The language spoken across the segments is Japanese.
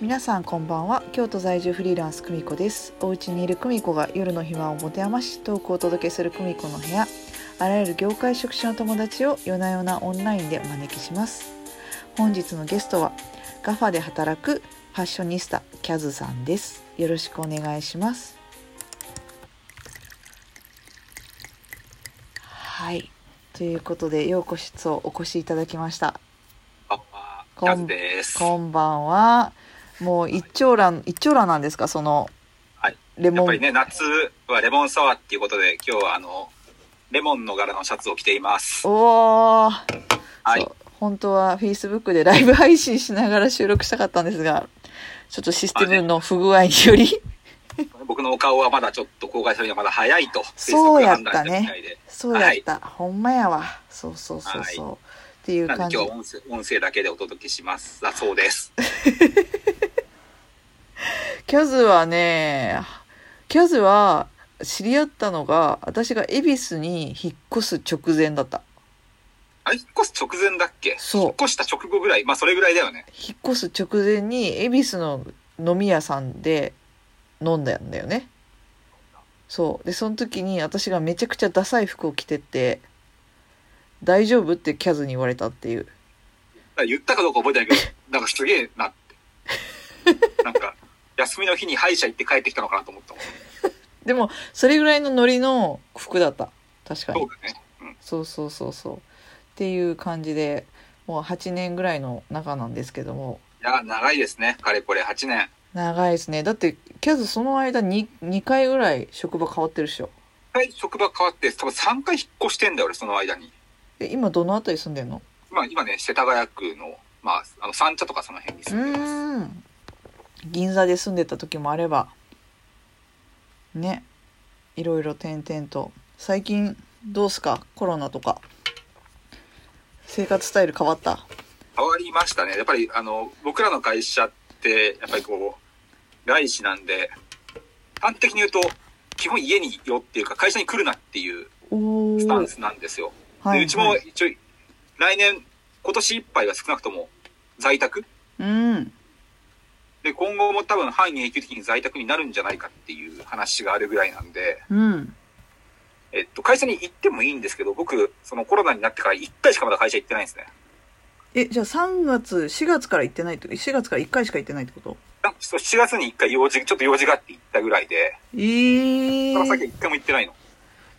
皆さんこんばんは京都在住フリーランス久美子ですお家にいる久美子が夜の暇を持て余しトークをお届けする久美子の部屋あらゆる業界職種の友達を夜な夜なオンラインでお招きします本日のゲストはガファで働くファッショニスタキャズさんですよろしくお願いしますはいということでようこしつをお越しいただきましたこんばんは。キャズです。こんばんは。もう一長蘭、一長蘭なんですか、その。はいレやっモぱン。りね、夏はレモンサワーっていうことで、今日はあの、レモンの柄のシャツを着ています。おお。はいそう。本当は Facebook でライブ配信しながら収録したかったんですが、ちょっとシステムの不具合により、僕のお顔はまだちょっと公開するにはまだ早いと、そうや Facebook っがたねみたいで。そうやった。ほんまやわ。そうそうそうそう。っていうなんで感じ今日は音声音声だけでお届けします。だそ うです。キャズはね、キャズは知り合ったのが、私が恵比寿に引っ越す直前だった。あれ、引っ越す直前だっけそう引っ越した直後ぐらい。まあ、それぐらいだよね。引っ越す直前に恵比寿の飲み屋さんで飲んだんだよねそうでその時に私がめちゃくちゃダサい服を着てって「大丈夫?」ってキャズに言われたっていうだから言ったかどうか覚えて ないけど、なんかすげえなって。なんか、休みの日に歯医者行って帰ってきたのかなと思ったもん。でもそれぐらいのノリの服だった確かそうにだね。うん。そうそうそうそうっていう感じでもう8年ぐらいの仲なんですけどもいや、長いですね。かれこれ8年。長いですねだってキャズその間に2回ぐらい職場変わってるっしょ一回職場変わって、多分3回引っ越してんだよ、俺、その間に。え今どの辺り住んでんの今、今ね、世田谷区の、まあ、あの、三茶とかその辺にう住んでます。ーん銀座で住んでた時もあればねいろいろ転々と最近どうすかコロナとか生活スタイル変わった変わりましたね。やっぱり、あの、僕らの会社って、やっぱりこう、外資なんで、端的に言うと、基本家にいよっていうか、会社に来るなっていうおスタンースなんですよ。はでうちも一応、来年、今年いっぱいは少なくとも在宅うんで、今後も多分半永久的に在宅になるんじゃないかっていう話があるぐらいなんで、うんえっと、会社に行ってもいいんですけど、僕、そのコロナになってから1回しかまだ会社行ってないんですね。えじゃあ3月4月から行ってないって4月から1回しか行ってないってことなんかそう7月に1回用事、ちょっと用事があって行ったぐらいで、えその先ー、 1回も行ってないの。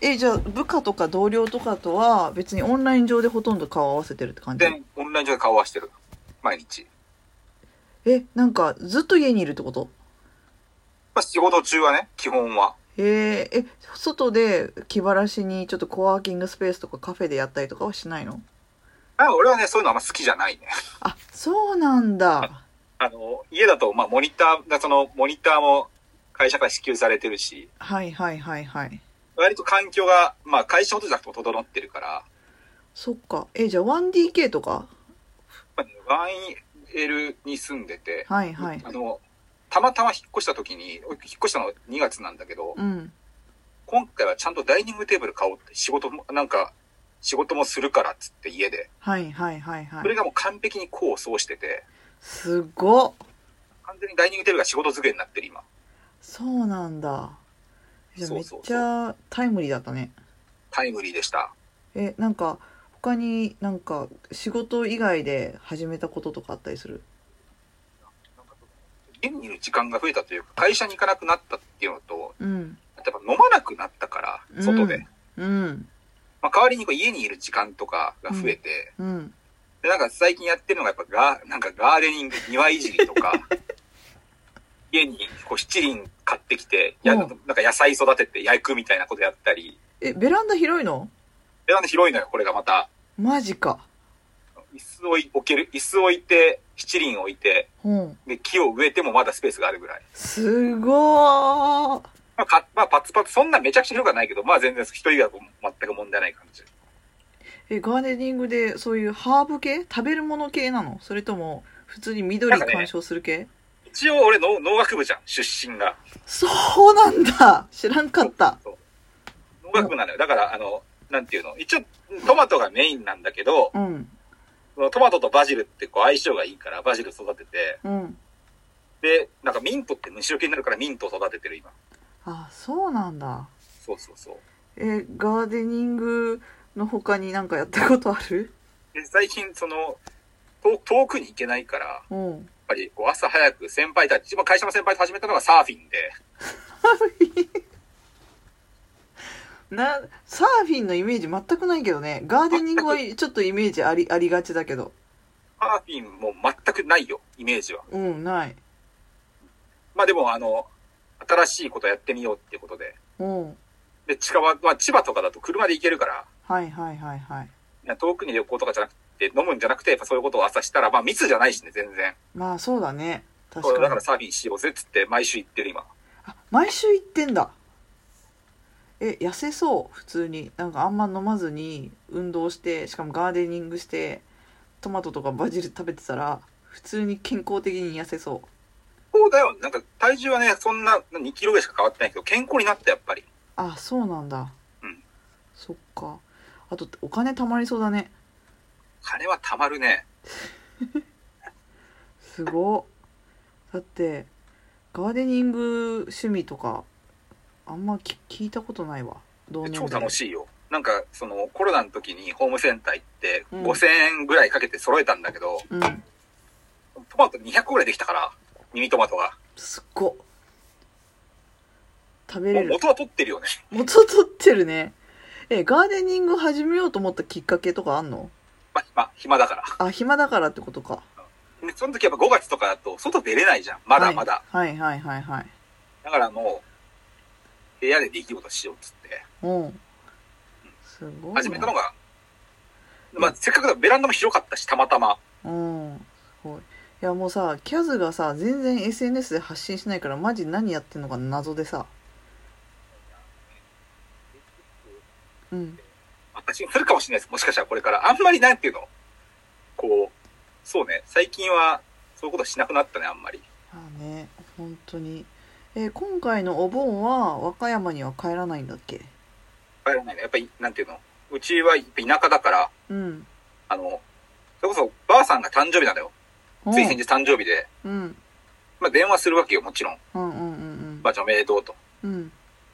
えじゃあ部下とか同僚とかとは別にオンライン上でほとんど顔合わせてるって感じで、オンライン上で顔合わせてる。毎日。えなんかずっと家にいるってことまあ、仕事中はね、基本は。へええ外で気晴らしにちょっとコワーキングスペースとかカフェでやったりとかはしないのあ俺はね、そういうのあんま好きじゃないね。 あそうなんだあの、家だと、まあ、モニター、その、モニターも会社から支給されてるし、はいはいはいはい割と環境が、まあ、会社ほどじゃなくても整ってるから、そっかえじゃあ 1DK とかまあね、1L に住んでて、はいはいあの、たまたま引っ越した時に、俺引っ越したの2月なんだけど、うん今回はちゃんとダイニングテーブル買おうって、仕事も、なんか、仕事もするからっつって家で。はいはいはいはそれいがもう完璧に功を奏してて、すごっ完全にダイニングテーブルが仕事机になってる今。そうなんだじゃあそめうっそうそうちゃタイムリーだったねタイムリーでした。えなんか他になんか仕事以外で始めたこととかあったりするなんか家にいる時間が増えたというか、会社に行かなくなったっていうのと、うんやっぱ飲まなくなったから、外で。うんうんまあ、代わりにこう家にいる時間とかが増えて、うんで、なんか最近やってるのがやっぱガー、なんかガーデニング、庭いじり とか、家にこう七輪買ってきて、やうんなんか野菜育てて焼くみたいなことやったり、えベランダ広いので、なんで広いのよ、これがまた。マジか椅子を置ける、椅子を置いて、七輪置いて、うんで、木を植えてもまだスペースがあるぐらい。すごーまあ、かまあ、パツパツ、そんなめちゃくちゃ広くはないけど、まあ全然一人だと全く問題ない感じ。えガーデニングでそういうハーブ系食べるもの系なのそれとも普通に緑鑑賞する系、一応俺農農学部じゃん、出身が。そうなんだ知らんかったそう。農学部なのよ。だから、あの、なんていうの、一応トマトがメインなんだけど、うんそのトマトとバジルってこう相性がいいからバジル育てて、うんで、なんかミントって虫除けになるからミントを育ててる今。あそうなんだそうそうそう。えガーデニングの他になんかやったことあるで、最近その、遠遠くに行けないから、やっうん ぱりこう朝早く先輩たち、自分会社の先輩と始めたのがサーフィンで、なサーフィンのイメージ全くないけどねガーデニングはちょっとイメージありありがちだけどサーフィンも全くないよ、イメージは。うんないまあでもあの、新しいことやってみようっていうことで。うんで、近場は千葉とかだと車で行けるから、はいはいはいはいいや遠くに旅行とかじゃなくて、飲むんじゃなくて、やっぱそういうことを朝したら、まあ密じゃないしね、全然。まあそうだねそう確かだかにらサーフィンしようぜっつって毎週行ってる今。あ毎週行ってんだえ痩せそう普通になんかあんま飲まずに運動してしかもガーデニングしてトマトとかバジル食べてたら普通に健康的に痩せそそうだよ。なんか体重はね、そんな2キロぐらいしか変わってないけど、健康になったやっぱり。うあそうなんだうんそっかあとお金貯まりそうだね金は貯まるね。すごっだってガーデニング趣味とかあんまき聞いたことないわ同年超代楽しいよ。なんか、その、コロナの時にホームセンター行って、うん5000円ぐらいかけて揃えたんだけど、うんトマト200個ぐらいできたから、ミニトマトが。すっごっ食べもれうる元は取ってるよね。元取ってるねえガーデニング始めようと思ったきっかけとかあんのまあ、暇、暇だから。あ暇だからってことかで、その時やっぱ5月とかだと、外出れないじゃん。まだまだ。はい、はいはいはいはいだからもう、部屋でできることしようっつって、うんすごいな始めたのが、まあ、せっかくだからベランダも広かったし、たまたま。うんすごいいやもうさキャズがさ全然 SNS で発信しないからマジ何やってんのか謎でさうん私もするかもしれないです。もしかしたらこれから。あんまりなんていうのこう、そうね。最近は、そういうことしなくなったね、あんまり。まあね本当にえー今回のお盆は和歌山には帰らないんだっけ帰らないね。やっぱり、なんていうのうちはやっぱ田舎だから、うんあの、それこそ、ばあさんが誕生日なのよ。うんつい先日誕生日で。うんまあ、電話するわけよ、もちろん。うんうんうんばあちゃんおめでとうと。うんうん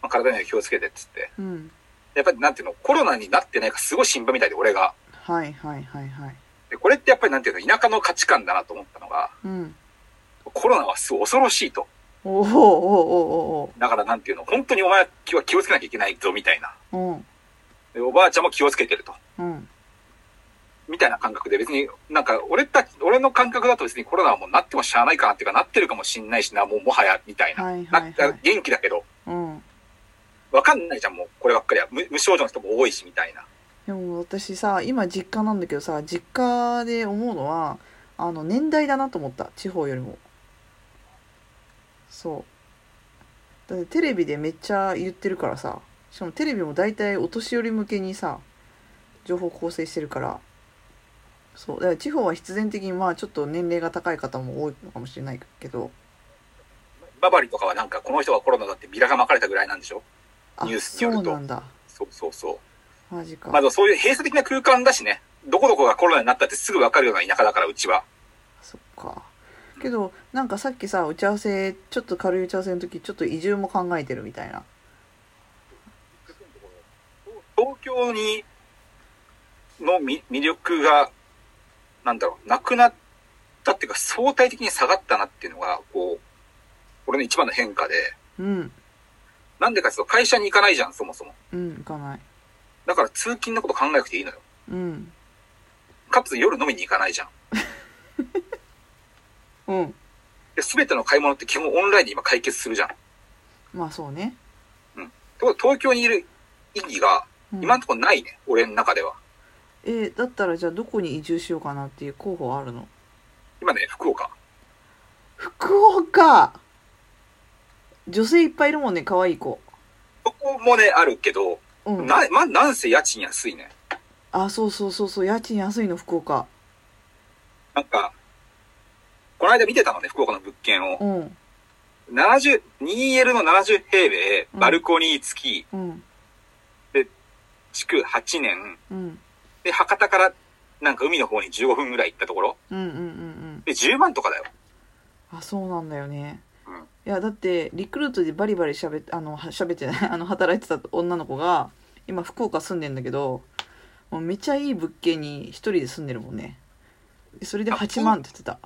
まあ、体には気をつけてっつって。うんやっぱり、なんていうのコロナになってないかすごい心配みたいで、俺が。はいはいはいはいで、これってやっぱりなんていうの、田舎の価値観だなと思ったのが、うんコロナはすごい恐ろしいと。おおおおだからなんていうの、本当にお前は気は気をつけなきゃいけないぞ、みたいな。おおうんで、おばあちゃんも気をつけてると。うんみたいな感覚で、別に、なんか、俺たち、俺の感覚だと別にコロナはもうなってもしゃあないかなっていうか、なってるかもしんないしな、もうもはや、みたいな。はいはいはいな元気だけど、うんわかんないじゃん、もう、こればっかりは。無無症状の人も多いし、みたいな。でも私さ今実家なんだけどさ実家で思うのはあの年代だなと思った地方よりもそうだってテレビでめっちゃ言ってるからさしかもテレビも大体お年寄り向けにさ情報構成してるからそうだから地方は必然的にまあちょっと年齢が高い方も多いのかもしれないけどババリとかはなんか、この人がコロナだってビラが巻かれたぐらいなんでしょあニュースにそよるうとなんだそうそうそう。マジか、まあでもそういう閉鎖的な空間だしね。どこどこがコロナになったってすぐわかるような田舎だから、うちは。そっかけどなんかさっきさ打ち合わせちょっと軽い打ち合わせの時ちょっと移住も考えてるみたいな東京に、のみ魅力が、なんだろう、なくなったっていうか、相対的に下がったなっていうのが、こう、俺の一番の変化で、うんなんでかっていうと会社に行かないじゃん、そもそも。うん行かないだから通勤のこと考えなくていいのよ。うんかつ夜飲みに行かないじゃん。うんで、すべての買い物って基本オンラインで今解決するじゃん。まあそうね、ところで東京にいる意義が、うん、今のところないね、俺の中では。えーだったらじゃあどこに移住しようかなっていう候補あるの今ね、福岡。福岡女性いっぱいいるもんね可愛い子そこもね、あるけど、うんな、ま、なんせ家賃安いね。あそうそうそうそう家賃安いの福岡なんか、この間見てたのね、福岡の物件をう。ん70、2L の70平米、うんバルコニー付き、うん築8年、うんで、博多からなんか海の方に15分ぐらい行ったところ、うんうんうんうんで、10万とかだよ。あそうなんだよねうん。いやだってリクルートでバリバリしゃべあのは喋ってない あの働いてた女の子が今福岡住んでんだけどもうめちゃいい物件に一人で住んでるもんねそれで8万って言ってた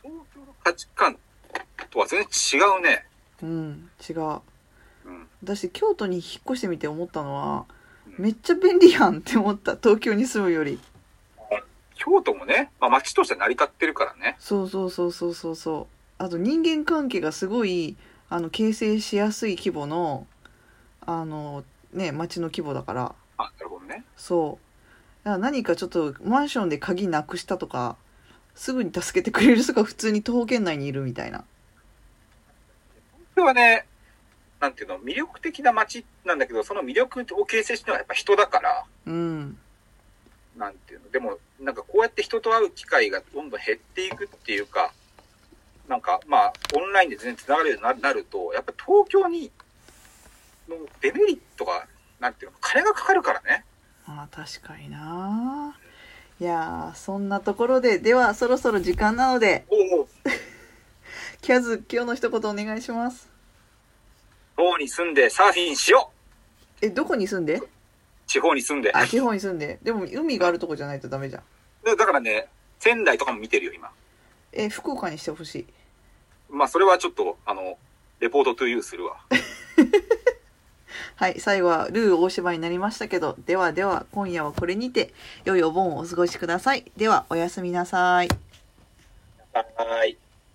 東京の価値観とは全然違うね。うん違ううん。私京都に引っ越してみて思ったのはうんめっちゃ便利やんって思った東京に住むより京都もね、まあ街として成り立ってるからね。そうそうそうそうそうそうあと人間関係がすごいあの形成しやすい規模のあのね町の規模だからあ、なるほどね。そうだから何かちょっとマンションで鍵なくしたとかすぐに助けてくれる人が普通に徒歩圏内にいるみたいなこれはね、なんていうの、魅力的な街なんだけど、その魅力を形成してるのはやっぱ人だから、うんなんていうの。でも、なんかこうやって人と会う機会がどんどん減っていくっていうか、なんかまあ、オンラインで全然繋がれるようにななると、やっぱ東京に、のデメリットが、なんていうの、金がかかるからね。まあ確かにないやーそんなところでではそろそろ時間なのでおうおうキャズ今日の一言お願いします地方に住んでサーフィンしようえどこに住んで地方に住んで。あ地方に住んででも海があるとこじゃないとダメじゃんでだからね、仙台とかも見てるよ、今。え福岡にしてほしいまあ、それはちょっと、あの、レポートトゥーユーするわ。はい最後はルー大芝になりましたけどではでは今夜はこれにて良いお盆をお過ごしくださいではおやすみなさいはーい。